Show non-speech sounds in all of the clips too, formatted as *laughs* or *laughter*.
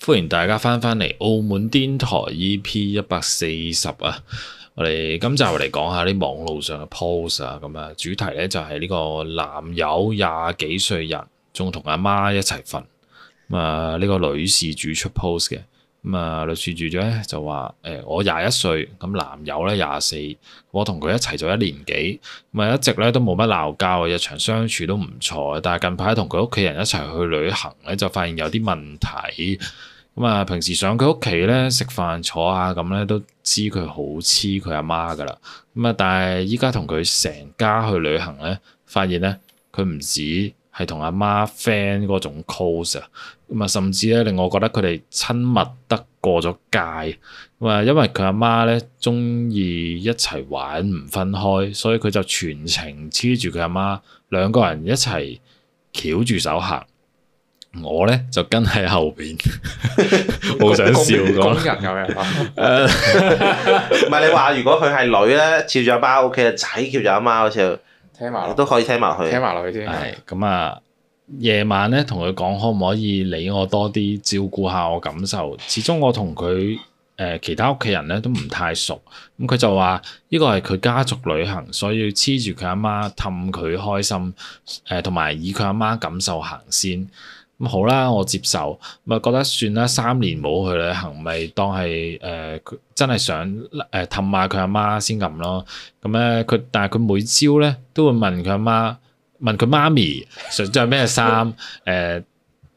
歡迎大家翻返嚟澳門電台 EP 一百四十啊！我哋今集嚟講下啲網路上嘅 post 啊，咁啊主題咧就係呢個男友廿幾歲人，仲同阿媽一齊瞓。咁啊呢個女事主出 post 嘅，咁啊女事主咧就話誒、我廿一歲，咁啊男友咧廿四，我同佢一齊咗一年幾，咁啊一直咧都冇乜鬧交，日常相處都唔錯，但係近排同佢屋企人一齊去旅行咧，就發現有啲問題。咁啊，平時上佢屋企咧食飯坐下咁咧，都知佢好黐佢阿媽噶啦。咁啊，但係依家同佢成家去旅行咧，發現咧佢唔止係同阿媽 friend 嗰種 close 啊，咁啊，甚至咧令我覺得佢哋親密得過咗界。咁啊，因為佢阿媽咧中意一齊玩唔分開，所以佢就全程黐住佢阿媽，兩個人一齊翹住手行。我咧就跟喺後邊，好想笑工講。人有啊人話，唔係你話，如果佢係女咧，翹住阿媽屋企嘅仔翹住阿媽，好似聽埋落，都可以聽埋佢。啊聽埋落去先。係咁啊，夜晚咧同佢講可唔可以理我多啲，照顧下我感受。始終我同佢誒呃其他屋企人咧都唔太熟，咁佢就話呢個係佢家族旅行，所以要黐住佢阿媽氹佢開心，誒同埋以佢阿媽感受行先。咁好啦，我接受，咪覺得算啦，三年冇去旅行，咪當係誒、呃佢真係想誒氹下佢阿媽先咁咯。咁咧佢但係佢每朝咧都會問佢阿媽，問佢媽咪想着咩衫，誒、呃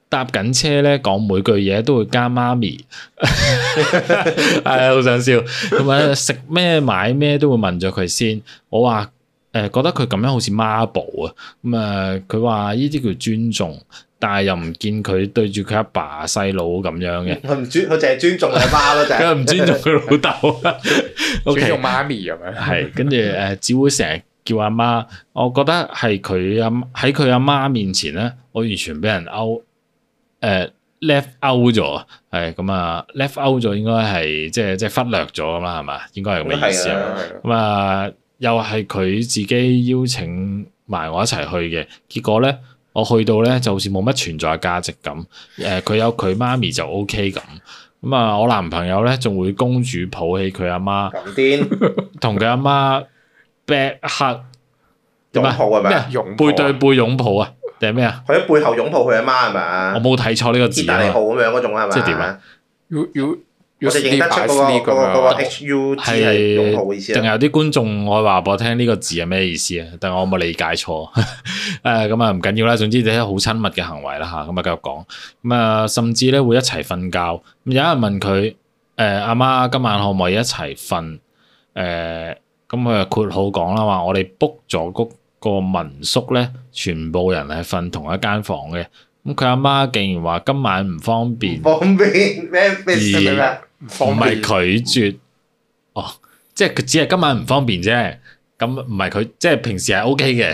搭緊車咧講每句嘢都會加媽咪，係啊好想笑。咁啊食咩買咩都會問咗佢先，我話。誒覺得佢咁樣好似媽寶啊，咁啊佢話呢啲叫尊重，但係又唔見佢對住佢阿爸細佬咁樣 *laughs* 嘅，佢唔尊，佢淨係尊重你阿媽咯，*laughs* 就佢又唔尊重佢老豆啊。O 轉 K，用媽咪咁樣，係跟住誒，只會成日叫阿媽。我覺得係佢阿喺佢阿媽面前咧，我完全俾人 out 誒、left out 咗，係咁啊 left out 咗應該係即係即係忽略咗咁啦，係嘛？應該係咁嘅意思係啊。啊咁啊，又係佢自己邀請埋我一齊去嘅，結果咧，我去到咧就好似冇乜存在價值咁。誒、佢有佢媽咪就 O K 咁。咁啊，我男朋友咧仲會公主抱起佢阿媽，咁癲，同佢阿媽 back hug 點擁啊？抱係咪咩啊？啊？用背對背擁抱啊？定係咩啊？佢喺背後擁抱佢阿媽係咪我啊？冇睇錯呢個意字大利啊號！咁樣嗰種係咪？即係點啊？要要要我就認得出 sleep by 嗰 sleep 個嗰個嗰個咁樣。 H U T 係擁係抱嘅意思定啊。係有啲觀眾我話俾我聽呢個字係咩意思啊？但我有冇理解錯 *laughs* 誒咁啊，唔緊要啦。總之你係好親密嘅行為啦吓，咁啊繼續講咁啊，甚至咧會一齊瞓覺。咁有人問佢誒阿媽今晚可唔可以一齊瞓？誒咁佢就括號講啦，話我哋 book 咗嗰個民宿咧，全部人係瞓同一間房嘅。咁佢阿媽竟然話今晚唔方便。方便咩咩二咩咩？唔唔啊方便，係拒絕，哦，即係佢只係今晚唔方便啫。咁唔係佢，即係平時係 O K 嘅。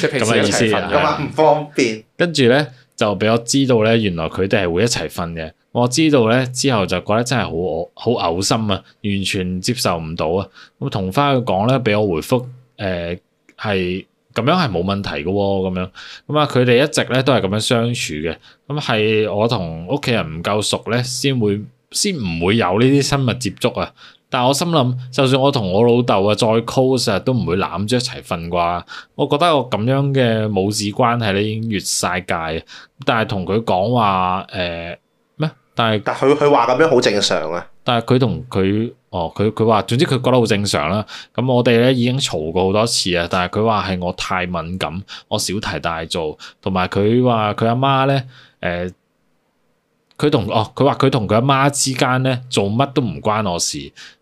即係平咁嘅時一意思齊瞓今啊嘅。晚唔方便，跟住咧就俾我知道咧，原來佢哋係會一齊瞓嘅。我知道咧之後就覺得真係好惡好嘔心啊，完全接受唔到啊。咁同翻佢講咧，俾我回覆誒係咁樣係冇問題嘅喎、咁樣咁啊佢哋一直咧都係咁樣相處嘅。咁係我同屋企人唔夠熟咧，先會先唔會有呢啲親密接觸啊。但我心諗，就算我同我老豆啊再 close 啊，都唔會攬住一齊瞓啩。我覺得我咁樣嘅母子關係咧已經越晒界啊。但係同佢講話誒咩？但係但佢佢話咁樣好正常啊。但係佢同佢哦，佢佢話總之佢覺得好正常啦。咁我哋咧已經嘈過好多次啊，但係佢話係我太敏感，我小題大做，同埋佢話佢阿媽咧誒，佢、同哦佢話佢同佢阿媽之間咧做乜都唔關我事。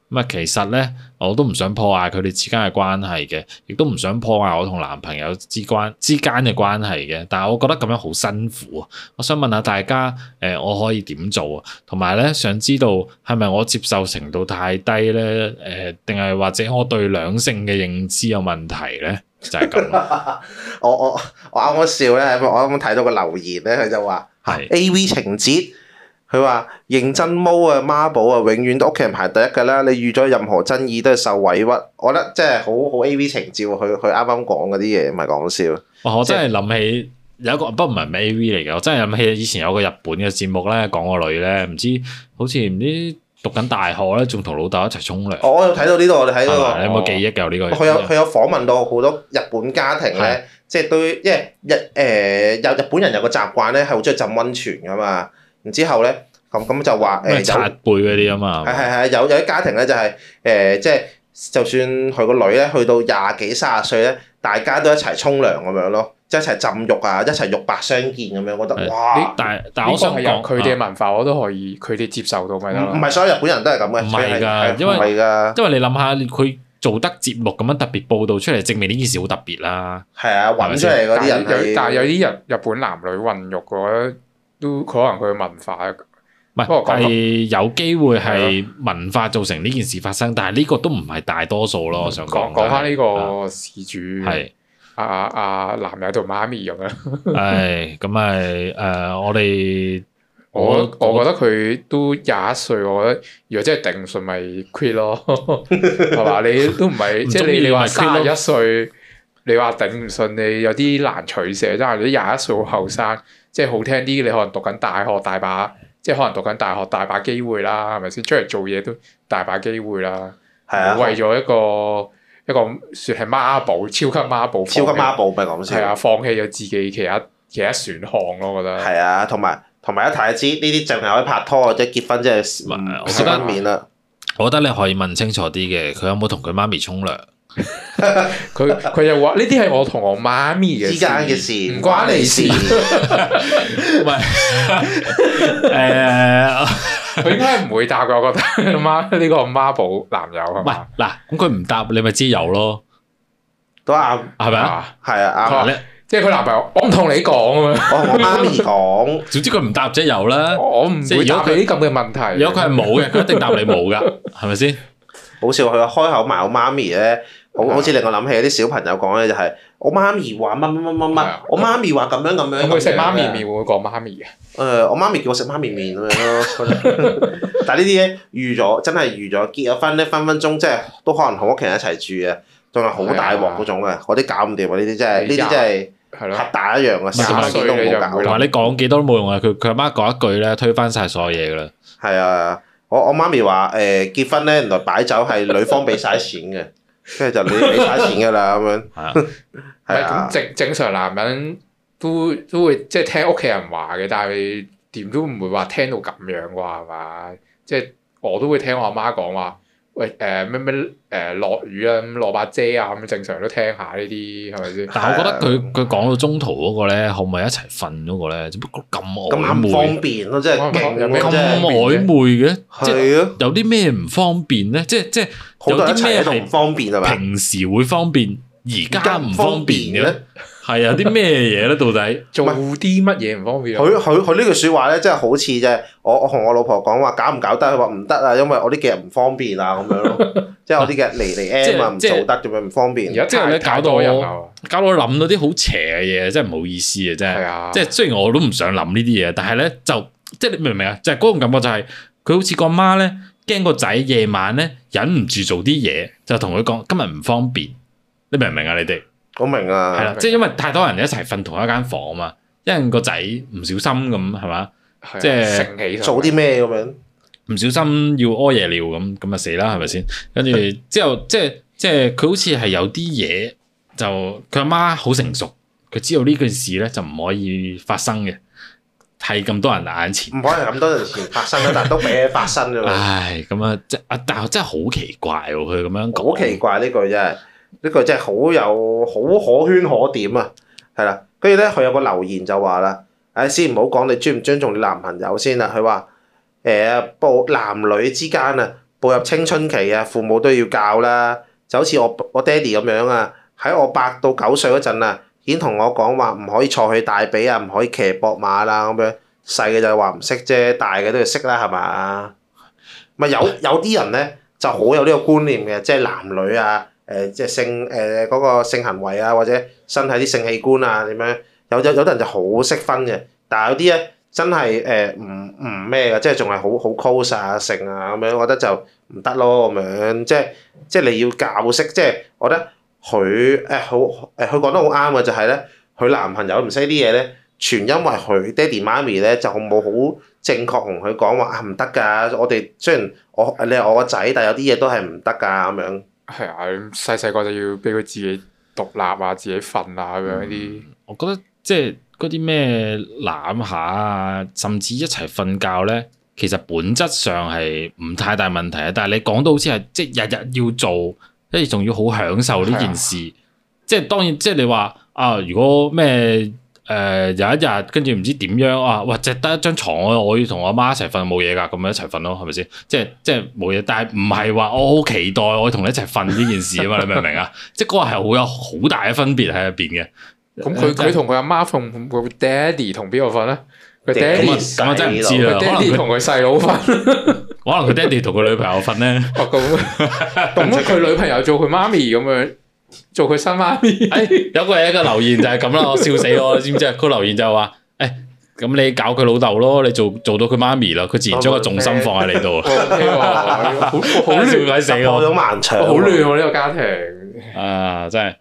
咁啊，其實咧我都唔想破壞佢哋之間嘅關係嘅，亦都唔想破壞我同男朋友之關之間嘅關係嘅。但係我覺得咁樣好辛苦啊！我想問下大家，誒、我可以點做啊？同埋咧，想知道係咪我接受程度太低咧？誒、定係或者我對兩性嘅認知有問題咧？就係、 *laughs* 咁啦，我我我啱啱笑咧，我啱啱睇到個留言咧，佢就話係 A V 情節，佢話認真毛啊、媽寶啊，永遠都屋企人排第一㗎啦。你遇咗任何爭議都係受委屈，我覺得真係好好 A V 情節喎。佢佢啱啱講嗰啲嘢唔係講笑，哇！我真係諗起有一個不過唔係咩 A V 嚟嘅，我真係諗起以前有個日本嘅節目咧，講個女咧，唔知好似唔知讀緊大學咧，仲同老豆一齊沖涼，哦我我有睇到呢度，我哋睇係到嘛你有冇記憶㗎？呢個佢有佢有訪問到好多日本家庭係咧，即係對，因為日誒有日本人有個習慣咧，係好中意浸温泉噶嘛。然之後咧，咁咁就呃話誒咩有擦背嗰啲啊嘛，係係係有有啲家庭咧就係、誒，即係就算佢個女咧去到廿幾卅歲咧，大家都一齊沖涼咁樣咯，即係一齊浸浴啊，一齊浴白相見咁樣，覺係得哇！但係但係呢我個想係由講啊佢哋嘅啊文化，我都可以，佢哋接受到咪得唔咯唔係所有日本人都係咁嘅，唔係㗎係因為唔係㗎，啊因為你諗下，佢做得節目咁樣特別報導出嚟，證明呢件事好特別啦。係啊，揾出但係嚟嗰啲人有係但係有啲人日本男女混浴嘅話，都可能佢嘅文化唔係不過講係有機會係文化造成呢件事發生，但係呢個都唔係大多數咯。我想講講講翻呢啊個事主係啊啊男友同媽咪咁樣，係咁咪誒，我哋我我我覺得佢都廿一歲，我覺得如果真係頂唔順咪 quit 咯，係嘛？你都唔係唔即係中意你你話咪 quit 咯三十一歲，你話頂唔順你有啲難取捨，但係你廿一歲好後生，即係好聽啲，你可能讀緊大學大把，即係可能讀緊大學大把機會啦，係咪先？出嚟做嘢都大把機會啦，係啊，為咗一個一個算係孖寶，超級孖寶，超級孖寶咪講係啊，先，放棄咗自己其他其他選項咯，我覺得。係啊，同埋同埋一睇就知呢啲淨係可以拍拖或者結婚即係係我唔覺食得得面啦，我覺得你可以問清楚啲嘅，佢有冇同佢媽咪 *laughs* 沖涼？佢佢又話呢啲係我同我媽咪嘅之間嘅事唔關你事。唔係誒。佢應該係唔會答嘅，我覺得媽呢個媽寶男友係唔係嘛？嗱，咁佢唔答你咪知有咯，都啱，係咪啊？啊係啊啱啊。你即係佢男朋友，我唔同你講咁樣，我同我媽咪講，總之佢唔答即有啦。我唔即係會如果答佢你啲咁嘅問題。如果佢係冇嘅，佢一定答你冇 *laughs* 噶，係咪先？好笑佢開口埋我媽咪咧，好嗯好似令我諗起啲小朋友講咧就係我媽咪話乜乜乜乜係乜啊，我媽咪話咁樣咁樣。咁佢食媽咪麵誒會唔會講媽咪嘅？我媽咪叫我食媽咪麵咁樣 *laughs* 咯。但係呢啲咧預咗，真係預咗結咗婚咧，分分鐘即係都可能同屋企人一齊住啊，仲係好大鑊嗰種啊！嗰啲搞唔掂啊！呢啲真係呢啲真係係咯，核彈一樣啊！廿三歲都你就冇唔同會搞。埋你講幾多都冇用啊！佢佢阿媽講一句咧，推翻晒所有嘢噶啦。係啊，我我媽咪話誒結婚咧，原來擺酒係女方俾晒錢 *laughs* 嘅，跟住就你俾晒錢㗎啦咁樣。係啊，唔係係啊咁。正正常男人都都會即係聽屋企人話嘅，但係點都唔會話聽到咁樣啩係嘛？即係我都會聽我阿媽講話，喂誒咩咩誒落雨啊，咁攞把遮啊，咁正常都聽下呢啲係咪先？但係我覺得佢佢講到中途嗰個咧，可唔可以一齊瞓嗰個咧？只不過咁咁曖啱昧方，便咯，真係勁有喎咩咁真真係啊係曖昧嘅，即係係啊，有啲咩唔方便咧？即係即係好有多人一啲齊咩喺度唔係方便係咪？平時會方便，而家唔方便嘅咧？啊係啊有啲咩嘢咧？到底？ *laughs* 做啲乜嘢唔方便啊？佢佢佢呢句説話咧，真係好似啫。我我同我老婆講話搞唔搞得，佢話唔得啊，因為我呢幾日唔方便啊咁 *laughs* 樣咯。即係我呢幾日嚟嚟 M 啊，唔即係做得咁樣唔方而便。家即係太你太搞到多人我啦，搞到我諗到啲好邪嘅嘢，真係唔好意思啊！真係啊係，啊，即係雖然我都唔想諗呢啲嘢，但係咧就即係你明唔明啊？就係嗰種感覺就係、佢好似個媽咧驚個仔夜晚咧忍唔住做啲嘢，就同佢講今日唔方便，你明唔明啊？你哋我明係啊，啦，即係因為太多人一齊瞓同一間房啊嘛，因為個仔唔小心咁係嘛，係啊即係盛起做啲咩咁樣？唔小心要屙夜尿咁咁啊死啦係咪先？跟住之後即係即係佢好似係有啲嘢就佢阿媽好成熟，佢知道呢件事咧就唔可以發生嘅，喺咁多人眼前。唔可能咁多年前發生嘅，但都俾你發生㗎嘛。唉，咁啊，即啊，但係真係好奇怪喎，佢咁樣講，好奇怪呢句真係，呢句真係好有好可圈可點啊！係啦，跟住咧佢有個留言就話啦，唉，先唔好講你尊唔尊重你男朋友先啦。佢話誒步男女之間啊，步入青春期啊，父母都要教啦。就好似我我爹哋咁樣啊，喺我八到九歲嗰陣啊，已經同我講話唔可以坐佢大髀啊，唔可以騎膊馬啦咁樣。細嘅就係話唔識啫，大嘅都要識啦，係嘛？咪有有啲人咧就好有呢個觀念嘅，即係男女啊，誒、即係性誒嗰、個性行為啊，或者身體啲性器官啊點樣，有有有啲人就好識分嘅，但係有啲咧真係誒唔唔咩嘅，即係仲係好好 close 啊性啊咁樣，我覺得就唔得咯咁樣，即係即係你要教識，即係我覺得佢誒好誒佢講得好啱嘅就係咧，佢男朋友唔識啲嘢咧，全因為佢爹哋媽咪咧就冇好正確同佢講話啊唔得㗎，我哋雖然我你係我個仔，但有啲嘢都係唔得㗎咁樣。係啊，咁細細個就要俾佢自己獨立啊，自己瞓啊咁樣呢啲。我覺得即係嗰啲咩攬下啊，甚至一齊瞓覺咧，其實本質上係唔太大問題啊。但係你講到好似係即係日日要做，跟住仲要好享受呢件事。即係當然，即係你話啊，如果咩誒、呃有一日跟住唔知點樣啊，哇！只得一張床，我我要同我媽一齊瞓冇嘢㗎，咁樣一齊瞓咯，係咪先？即係即係冇嘢，但係唔係話哦我好期待我同你一齊瞓呢件事啊嘛？你明唔明啊？即係嗰個係好有好大嘅分別喺入邊嘅。咁佢嗯佢同佢阿媽瞓，佢 daddy 同邊個瞓咧？佢爹 daddy 哋咁啊咁啊真係唔知啦，佢可能 daddy 佢同佢細佬 *laughs* 瞓。可能佢爹哋同佢女朋友瞓咧。哦咁，咁佢女朋友做佢媽咪咁樣，做佢新媽 *laughs* 咪。哎，有個有一個留言就係咁啦，我笑死我，知唔知啊？佢留言就話：，誒，咁你搞佢老豆咯，你做做到佢媽咪啦，佢自然將個重心放喺你度啊！哇 OK 喎好好好 *laughs* 笑亂，鬼死破我！咗漫長，好亂啊喎呢個家庭。啊，真係呢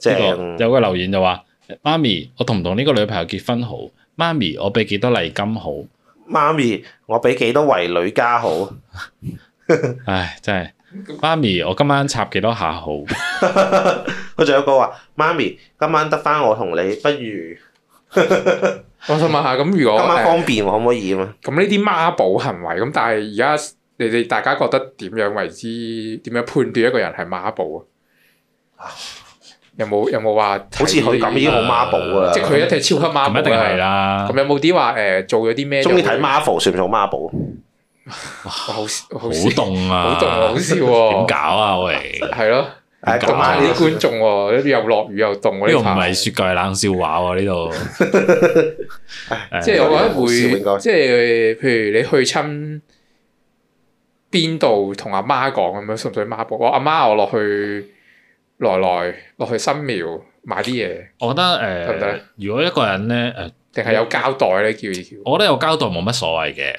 正。個有個留言就話：，媽咪，我同唔同呢個女朋友結婚好？媽咪，我俾幾多禮金好？媽咪，我俾幾多為女家好？唉，真係。媽咪，我今晚插幾多下好？佢仲有個話：媽咪，今晚得翻我同你，不如我想問下，咁如今果晚誒方便我可唔可以咁啊？咁呢啲媽寶行為，咁但係而家你哋大家覺得點樣為之？點樣判斷一個人係媽寶啊？有冇有冇話睇好似佢咁已經好媽寶啊㗎啦。即係佢一定係超級媽寶咁一定係啦。啦啊咁。有冇啲話誒做咗啲咩？中意睇 Marvel 算唔算媽寶？哇好笑好好笑凍啊！好凍啊好笑點喎！搞啊？喂！係咯。誒，搞今今晚晚呢啲觀眾喎，又落雨又凍呢喎，個呢唔係排雪櫃冷笑話喎，呢 *laughs* 度。即係我覺得會有啲好笑應該，即係譬如你去親邊度同阿媽講咁樣，純粹媽寶。我阿媽，我落去來來落去新苗買啲嘢，我覺得誒，得唔得如果一個人咧誒、定係有膠袋咧叫二叫。我覺得有交代冇乜所謂嘅。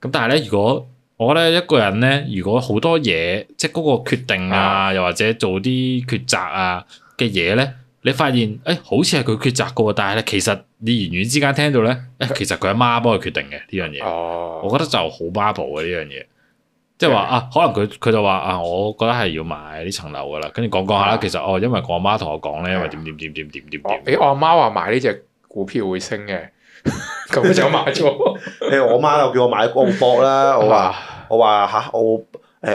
咁但係咧，如果我覺得一個人咧，如果好多嘢，即係嗰個決定啊，又或者做啲抉擇啊嘅嘢咧，你發現誒、好似係佢抉擇嘅喎，但係咧其實你言語之間聽到咧，誒、其實佢阿媽幫佢決定嘅呢樣嘢。哦，我覺得就好 marble 嘅呢樣嘢，啊即係話啊，可能佢佢就話啊，我覺得係要買呢層樓噶啦，跟住講講下啦，啊其實哦，因為我阿媽同我講咧，因為係點點點點點點我點，哦誒我阿媽話買呢只股票會升嘅，咁就買咗。誒，我媽又叫我買澳博 *laughs* 啦，我話我話吓澳誒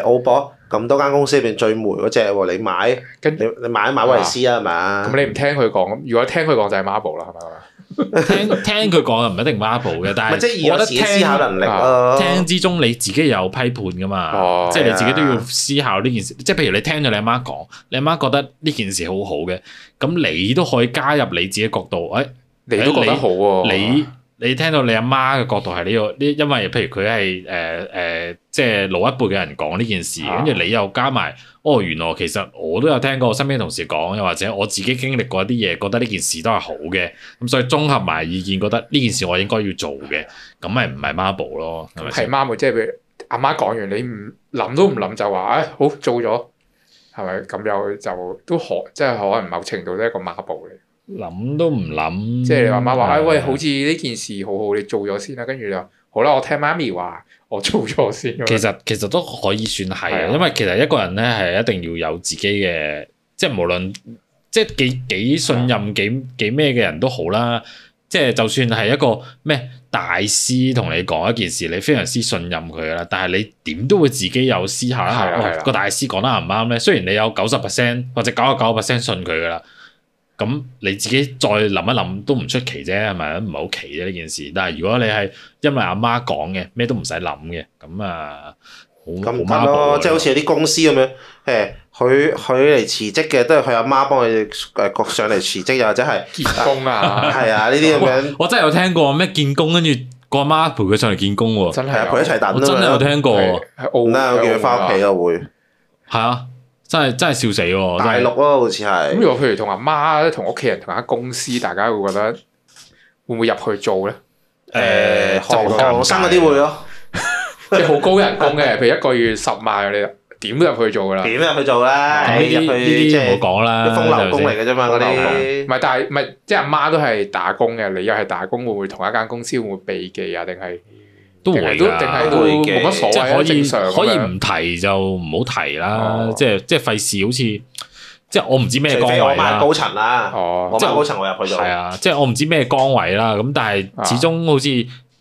澳博咁多間公司入邊最霉嗰只喎，你買跟你你買馬維斯啊係嘛？咁你唔聽佢講，如果聽佢講就係媽寶啦，係咪啊？ *laughs* 聽聽佢講又唔一定 marble 嘅，但咪即係係要我覺有得自己思考聽能力咯。聽之中你自己有批判噶嘛哦，啊即係你自己都係要啊思考呢件事，即係譬如你聽咗你阿媽講，你阿媽覺得呢件事好好嘅，咁你都可以加入你自己角度，誒。你都覺得好哦喎，你你聽到你阿媽嘅角度係呢、個呢，因為譬如佢係誒誒，即係老一輩嘅人講呢件事，啊跟住、你又加埋，哦，原來其實我都有聽過身邊同事講，又或者我自己經歷過一啲嘢，覺得呢件事都係好嘅，咁所以綜合埋意見，覺得呢件事我應該要做嘅，咁咪唔係 marble 咯，係咪係先？媽咪，即係譬如阿媽講完，你唔諗都唔諗就話，唉、哎好做咗，係咪咁又就都可，即係可能某程度都係一個媽寶嚟。諗都唔諗，即係你話媽話，唉、係啊喂，好似呢件事好好，你做咗先啦，跟住你話好啦，我聽媽咪話，我做咗先。其實其實都可以算係係嘅，啊因為其實一個人咧係一定要有自己嘅，即係無論即係幾幾信啊任幾幾咩嘅人都好啦。即係就算係一個咩大師同你講一件事，你非常之信任佢噶啦，但係你點都會自己有思考一係下，啦係啊哇啦個大師講得啱唔啱咧？雖然你有九十 percent 或者九十九 percent 信佢噶啦，咁你自己再諗一諗都唔出奇啫，係咪？唔係好奇啫呢件事。但係如果你係因為阿媽講嘅，咩都唔使諗嘅，咁啊好啊咁唔好媽得寶咯，嘅即係好似有啲公司咁樣，誒，佢佢嚟辭職嘅都係佢阿媽幫佢誒各上嚟辭職，又或者係結婚 *laughs* 啊，係啊呢啲咁樣，我真係有聽過咩見工，跟住個阿媽陪佢上嚟見工喎，真係係啊陪一齊等我真係有啊嘛，聽過喎，係澳唔得，我叫佢翻屋企。喺澳啊啊會，係啊，真係真係笑死喎，大哦真係哦陸咯好似咁係，如果譬如同阿媽、同屋企人、同間公司，大家會覺得會唔會入去做咧？誒真係好尷韓尬韓生嗰啲會咯，即係好高人工嘅，譬如一個月十萬，你點都入去做噶啦。點入去做啊啦？咁呢入啲呢去即啲唔係好講啦，啲風流工嚟嘅啫嘛，啊嗰風流工啲唔。係，但係唔係即係阿媽都係打工嘅，你又係打工，會唔會同一間公司會唔會避忌啊？定係都定會係都定係都㗎，會嘅冇乜所即謂啊，正常係咁可以可以樣唔提就唔好提啦哦，即係即係費事好似即係我唔知咩除崗非我位媽啦係。高層啦，哦我，即係媽高層我入去做係。啊，即係我唔知咩崗位啦，咁但啊係始終好似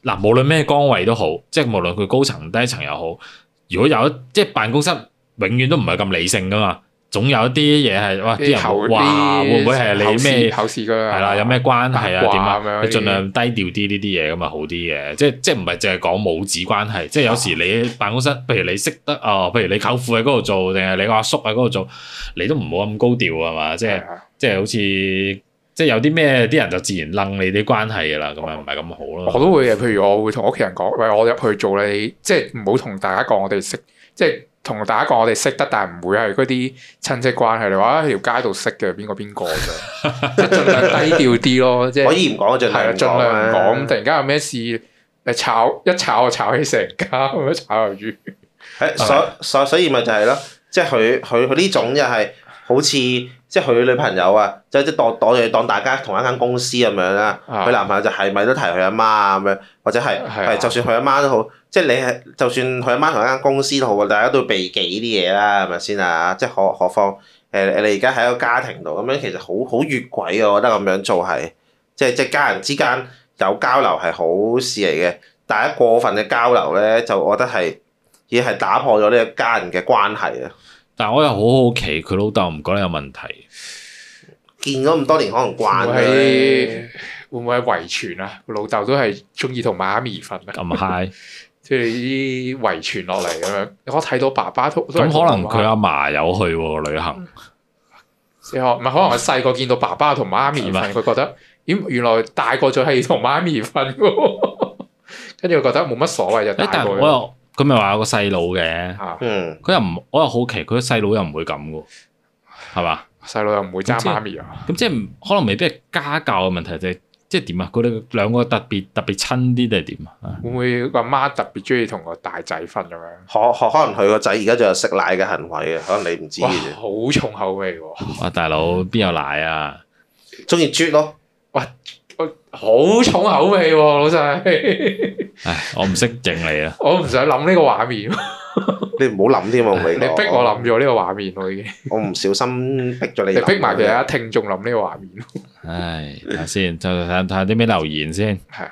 嗱，無論咩崗位都好，即係無論佢高層低層又好，如果有一即係辦公室永遠都唔係咁理性噶嘛，總有一啲嘢係哇啲啲後人哇啲會唔會係你咩考試㗎啦？係啦有咩關係八啊卦點咁樣啊，呢你啲盡量低調啲呢啲嘢咁啊好啲嘅，即係即係唔係淨係講母子關係，即係有時你辦公室譬如你識得哦，譬如你舅父喺嗰度做，定係你個阿叔喺嗰度做，你都唔好咁高調係嘛，即係。係啊即係好似即係有啲咩啲人就自然楞你啲關係㗎啦，咁樣唔係咁好我咯。都會嘅，譬如我會同屋企人講，喂，我入去做啦你，即係唔好同大家講我哋識，即係同大家講我哋識得，但係唔會係嗰啲親戚關係。你話啊條街度識嘅邊個邊個啫，即係盡量低調啲咯，即係可以唔講就係啊，盡盡量唔講。量咁突然間有咩事，你炒一炒就炒起成家咁樣炒魷魚，係所所所以咪就係咯，即係佢佢佢呢種又係好似即係佢女朋友啊，即係即係當當我哋當大家同一間公司咁樣啦。啊佢男朋友就係咪都提佢阿媽啊咁樣，或者係係啊係就算佢阿媽都好，即係你係就算佢阿媽同一間公司都好，大家都要避忌呢啲嘢啦，係咪先啊？即係何何況誒你而家喺一個家庭度咁樣，其實好好越軌啊！我覺得咁樣做係即係即係家人之間有交流係好事嚟嘅，但係一過分嘅交流咧，就我覺得係已經係打破咗呢個家人嘅關係啊！但係我又好好奇佢老豆唔覺得有問題，見咗咁多年，可能慣咗會咧。會唔會係遺傳啊？老豆都係中意同媽咪瞓啊。咁 high，即係啲遺傳落嚟咁樣。我睇到爸爸都咁可都係啊同能 *laughs* 媽佢阿啊嫲有去喎旅行，即係我唔係可能我細個見到爸爸同媽咪係咪瞓，佢覺得咦原來大個咗係同媽咪瞓喎， *laughs* 跟住佢覺得冇乜所謂就誒大 *laughs* 但係個我咗。又佢咪話有個細佬嘅，啊嗯，佢又唔，我又好奇佢細佬又唔會咁嘅喎，係嘛？細佬又唔會爭媽咪啊，咁即係唔可能未必係家教嘅問題，就係即係點啊？佢哋兩個特別特別親啲定係點啊？ *laughs* 會唔會個媽特別中意同個大仔瞓咁樣？可可可能佢個仔而家仲有食奶嘅行為啊嘅，可能你唔知哇，嘅啫。好重口味喎！哇大佬邊有奶啊？中意啜咯，好重口味喎，老細， *laughs* 唉，我唔識整你啊！我唔想諗呢個畫面，你你唔好諗添啊！我同你講逼我，諗咗呢個畫面喎已經，我唔小心逼咗你你諗。逼埋其他聽眾諗呢個畫面。唉，睇下先，就睇睇下啲咩留言先。係啊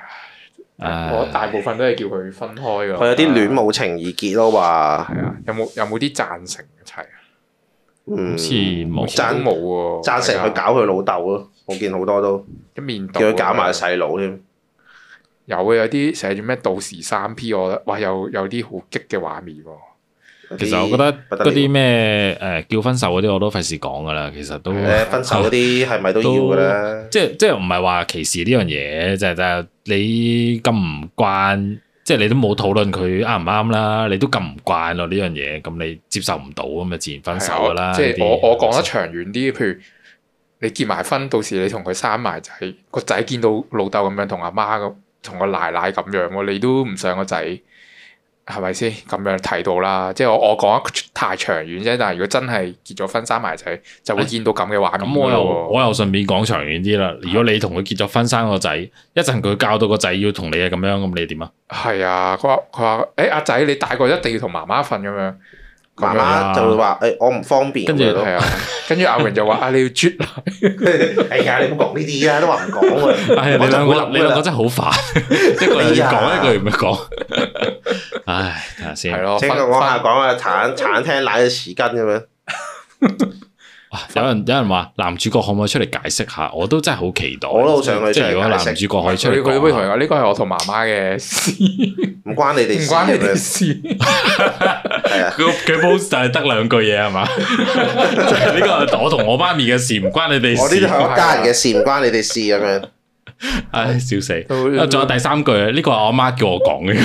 唉我大部分都係叫佢分開噶。佢有啲戀母情意結咯，話係啊，有冇有冇啲贊成一齊啊？嗯好似冇都贊冇喎，贊成佢搞佢老豆咯。我見好多都一面倒啊叫佢搞埋細佬添，有啊，有啲寫住咩到時三 P，我覺得哇有有啲好激嘅畫面喎。其實我覺得不得嗰了啲咩誒叫分手嗰啲我都費事講噶啦，其實都誒分手嗰啲係咪都要㗎啦？即係即係唔係話歧視呢樣嘢，就係就係你咁唔慣，即係你都冇討論佢啱唔啱啦，你都咁唔慣咯呢樣嘢，咁你接受唔到咁咪自然分手噶啦。係啊即係呢啲我我講得長遠啲，譬如你結埋婚，到時你同佢生埋仔，個仔見到老豆咁樣同阿媽咁，同個奶奶咁樣喎，你都唔想個仔係咪先咁樣睇到啦？即係我我講得太長遠啫，但係如果真係結咗婚生埋仔，就會見到嗯咁嘅畫面咁我又咯喎。我又順便講長遠啲啦。如果你同佢結咗婚生個仔，一陣佢教到個仔要同你係咁樣，咁你點啊？係啊，佢話佢話誒阿仔，你大個一定要同媽媽瞓咁樣。媽咁樣媽就會話誒我唔方便咁跟住樣咯。係啊，跟住阿榮就話啊，你要啜啦， *laughs* 哎呀，你唔好講呢啲啊，都話唔 *laughs* 講喎。唉，你我就兩唔會個諗你㗎兩啦哎個真係好煩， *laughs* 一個人講一句唔講。 *laughs* 唉，睇下先係。 *laughs* 咯，請分佢講下分講啊，橙橙聽奶嘅匙羹咁樣。哇有人有人話男主角可唔可以出嚟解釋下？我都真係好期待。我都好想佢即出嚟係如果解男釋主角可以出佢嚟佢都會同講啊下，人講呢個係我同媽媽嘅事，唔關你哋唔事關咁你哋樣，事。係啊，佢佢 post 就係得兩句嘢係 *laughs* 嘛？ *laughs* 即係呢個我同我媽咪嘅事唔關你哋我呢啲事。係我家人嘅事，唔關你哋事咁樣。唉，笑死！啊仲有佢第三句，呢個係我媽叫我講嘅。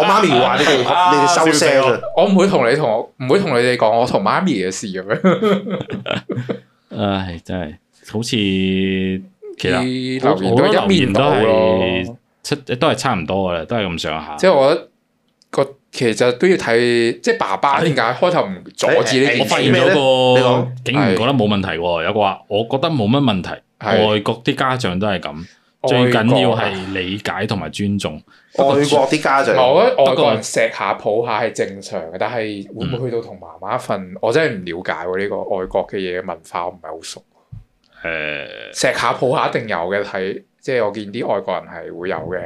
我媽咪話你哋你哋收聲啊！我唔會同你同我唔會同你哋講我同媽咪嘅事咁樣。唉，真係好似其實啲好留好言都多一留言面都倒咯，係出都係差唔多噶啦，都係咁上下。即係我覺得個其實都要睇，即係爸爸點解開頭唔阻止呢哎我件發事現咩咗呢你個講竟然覺得冇問題喎，有個話我覺得冇乜問題，係啊外國啲家長都係咁，最緊要係理解同埋尊重。外國啲家長外國人我覺得外不過國人錫下抱下係正常嘅，但係會唔會去到同媽媽瞓？我真係唔了解喎呢個外國嘅嘢文化，我唔係好熟。誒，錫下抱下一定有嘅，係即係我見啲外國人係會有嘅，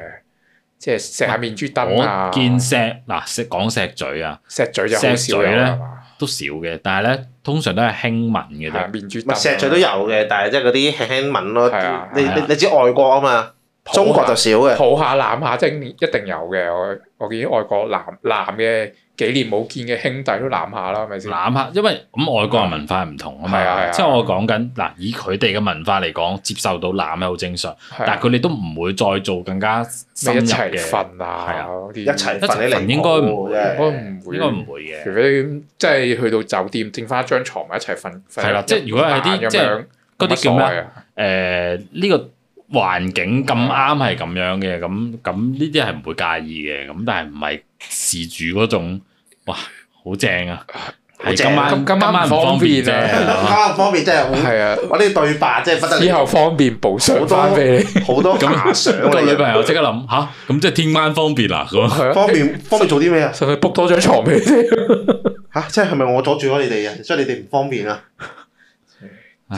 即係錫下面珠燈啊我，見石嗱石講石嘴啊，錫嘴就好錫少嘴有呢啦係嘛，都少嘅，但係咧通常都係輕吻嘅係啊啫。面珠燈咪啊石嘴都有嘅，但係即係嗰啲輕輕吻咯係啊。你係啊你你知外國啊嘛，抱下中國就少嘅。抱下攬下，即係一定有嘅。我我見外國男男嘅幾年冇見嘅兄弟都攬下啦，係咪先？攬下，因為咁外國人文化唔同啊係啊係嘛，啊即係我講緊嗱，以佢哋嘅文化嚟講，接受到攬係好正常，係但係啊佢哋都唔會再做更加深咩入一嘅齊，瞓係啊啊，嗰啲一齊一瞓齊起瞓嚟，應該唔會應真該係唔會，應該唔會嘅。除非即係去到酒店剩翻張床咪一齊瞓。瞓係啦一即係如果係啲晚咁即係樣嗰啲叫冇乜所咩謂啊誒呃呢個環境咁啱係咁樣嘅，咁咁呢啲係唔會介意嘅，咁但係唔係事主嗰種，哇好正啊！係正今啊晚今今晚晚唔方便唔方便啫，啊方面真係好，係啊，我啲對白真係不得之了，後方便補償翻俾你。好多假想個女嚟。朋友即刻諗吓，咁即係天晚方便啦咁。係啊，方便方便做啲咩啊？甚至 book 多張床俾你添。嚇，即係係咪我阻住咗你哋啊？所以你哋唔方便啊？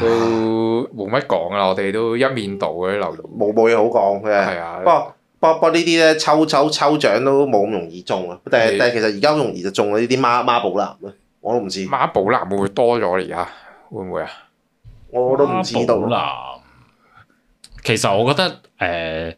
都冇乜講啊啦，我哋都一面倒嘅啲留言。冇冇嘢好講嘅。係啊不，過不過不過呢啲咧抽抽抽獎都冇咁容易中啊。但係你但係其實而家好容易就中咗呢啲孖孖寶男啊，我都唔知，孖寶男會唔會多咗而家？會唔會啊？我都唔知道。啦。其實我覺得誒嗰、呃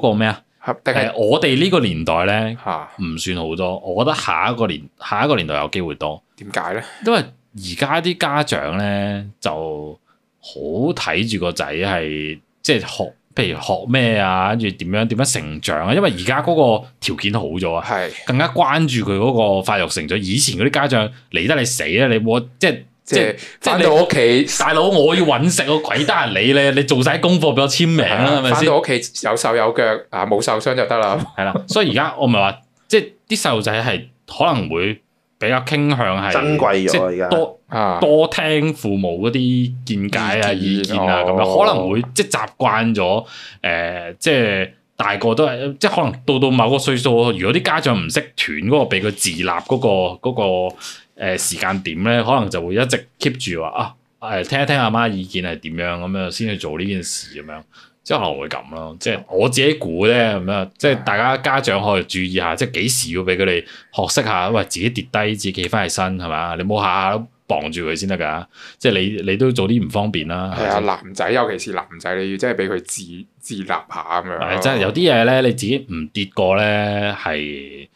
個咩啊？定誒係我哋呢個年代咧嚇唔算好多，我覺得下一個年下一個年代有機會多。點解咧？因為而家啲家長咧就好睇住個仔係即係學，譬如學咩啊，跟住點樣點樣成長啊。因為而家嗰個條件好咗啊，係更加關注佢嗰個發育成長。以前嗰啲家長理得你死啊，你冇即係即即係係即係翻你到屋企，大佬，我要揾食，我鬼得人理咧，你做晒功課俾我簽名啊啊啦，係咪翻先？啊到屋企有手有腳啊，冇受傷就得啦。係啦，所以而家我咪話，即係啲細路仔係可能會比較傾向係珍貴咗即係而家多啊，哦多聽父母嗰啲見解啊、意見意見啊咁哦樣，可能會即係習慣咗誒、呃即係大個都係，即係可能到到某個歲數，如果啲家長唔識斷嗰個俾佢自立嗰、個嗰、個誒、時間點咧，可能就會一直 keep 住話啊誒聽一聽阿媽意見係點樣咁樣先去做呢件事咁樣。即係可能會咁咯，即係我自己估咧咁樣，即係大家家長可以注意下，即係幾時要俾佢哋學識下，喂自己跌低，自己企翻起身係嘛？你冇下下都綁住佢先得㗎，即係你你都做啲唔方便啦。係啊，男仔尤其是男仔，你要真係俾佢自自立下咁樣咯。係真係有啲嘢咧，你自己唔跌過咧，係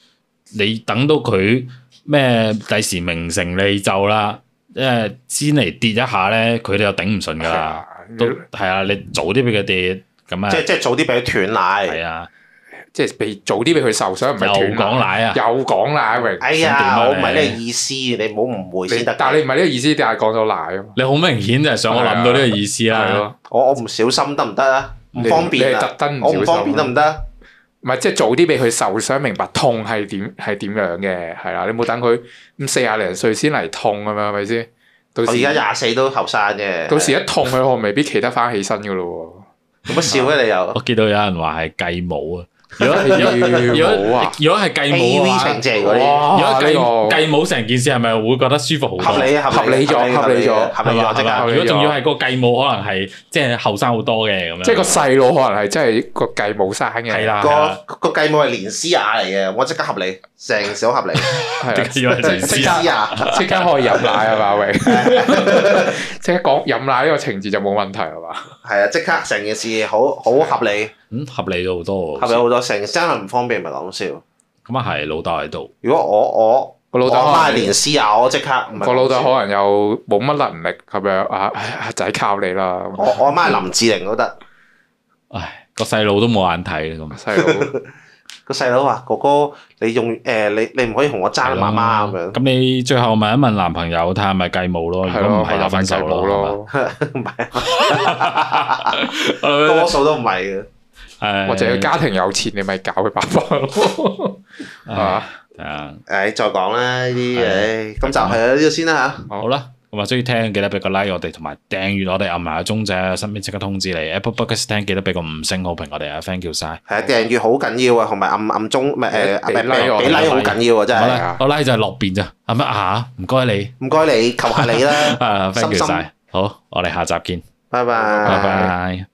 你等到佢咩第時名成利就啦，誒先嚟跌一下咧，佢哋又頂唔順㗎係啦。啊，都係啊，你早啲俾佢跌咁啊即，係即係早啲俾佢斷奶。係啊，即係俾早啲俾佢受傷，唔又係斷講奶，奶啊。又講奶榮。哎想點呀，啊我唔係呢個你意思，你唔好誤會你先得㗎。但係你唔係呢個意思，但係講到奶啊嘛。你好明顯就係想我諗到呢個意思係啦。咯，我我唔小心得唔得啊？唔你方便你係啊！特登我唔小心方便得唔得啊？唔係即係早啲俾佢受傷，明白痛係點係點樣嘅，係啦，你冇等佢咁四廿零歲先嚟痛咁樣，係咪先？到我而時家廿四都後生嘅，到時一痛佢，我未必企得翻起身噶咯做乜笑啊咧？你又我見到有人話係繼母啊，如果喎。如果冇啊！如果係繼 A 母 V 哦嘅話，情節嗰如啲，哇！呢果繼個繼母成件事係咪會覺得舒服好合多？理啊合理咗合理咗，合係理啊嘛咗即係刻。嘛？合理咗如果仲要係個繼母，可能係即係後生好多嘅咁樣。即係個細佬可能係真係個繼母生嘅，係啦，係啊啦個個繼母係連詩雅嚟嘅，我即刻合理，成 *laughs* 首合理。係啦，即係個即即刻詩雅即刻可以飲奶啊嘛，喂！即刻講飲奶呢個情節就冇問題係嘛？係啊，即刻成件事好好合理，嗯合理咗好多合理喎。好多，成真係唔方便咪講笑。咁啊係，老豆喺度，如果我我個老我豆媽可係能連詩雅，我即刻唔係個老豆講笑可能又冇乜能力咁樣啊，唉阿仔靠你啦，我我阿媽係林志玲都得。唉，個細佬都冇眼睇啦咁。啊細佬個細佬話：哥哥，你用誒你你唔可以同我爭啊媽媽 *laughs* 咁樣。咁你最後問一問男朋友睇下係咪繼母哦咯？如係果咯，唔係就分手 *laughs* 繼咯。母咯，唔係，係多嘛數都唔係嘅。誒 *laughs* 或者佢家庭有錢，你咪搞佢爸爸咯，係唉嘛？係啊，誒再講啦呢啲，係啊誒今集係喺呢度先啦嚇。好啦。咁啊，中意聽記得俾個 like 我哋，同埋訂閱我哋，按埋個鐘仔啊，身邊即刻通知你。Apple Podcast 聽記得俾個五星好評我哋啊，thank you 晒。係啊，訂閱好緊要啊，同埋暗暗中唔係誒，嗯俾俾 like 我 like 好緊要啊，真我係。拉啊我拉就係落邊咋，係咪啊？唔該你唔該你，求下你啦，啊，thank you 心心晒。好，我哋下集見，拜拜。拜拜。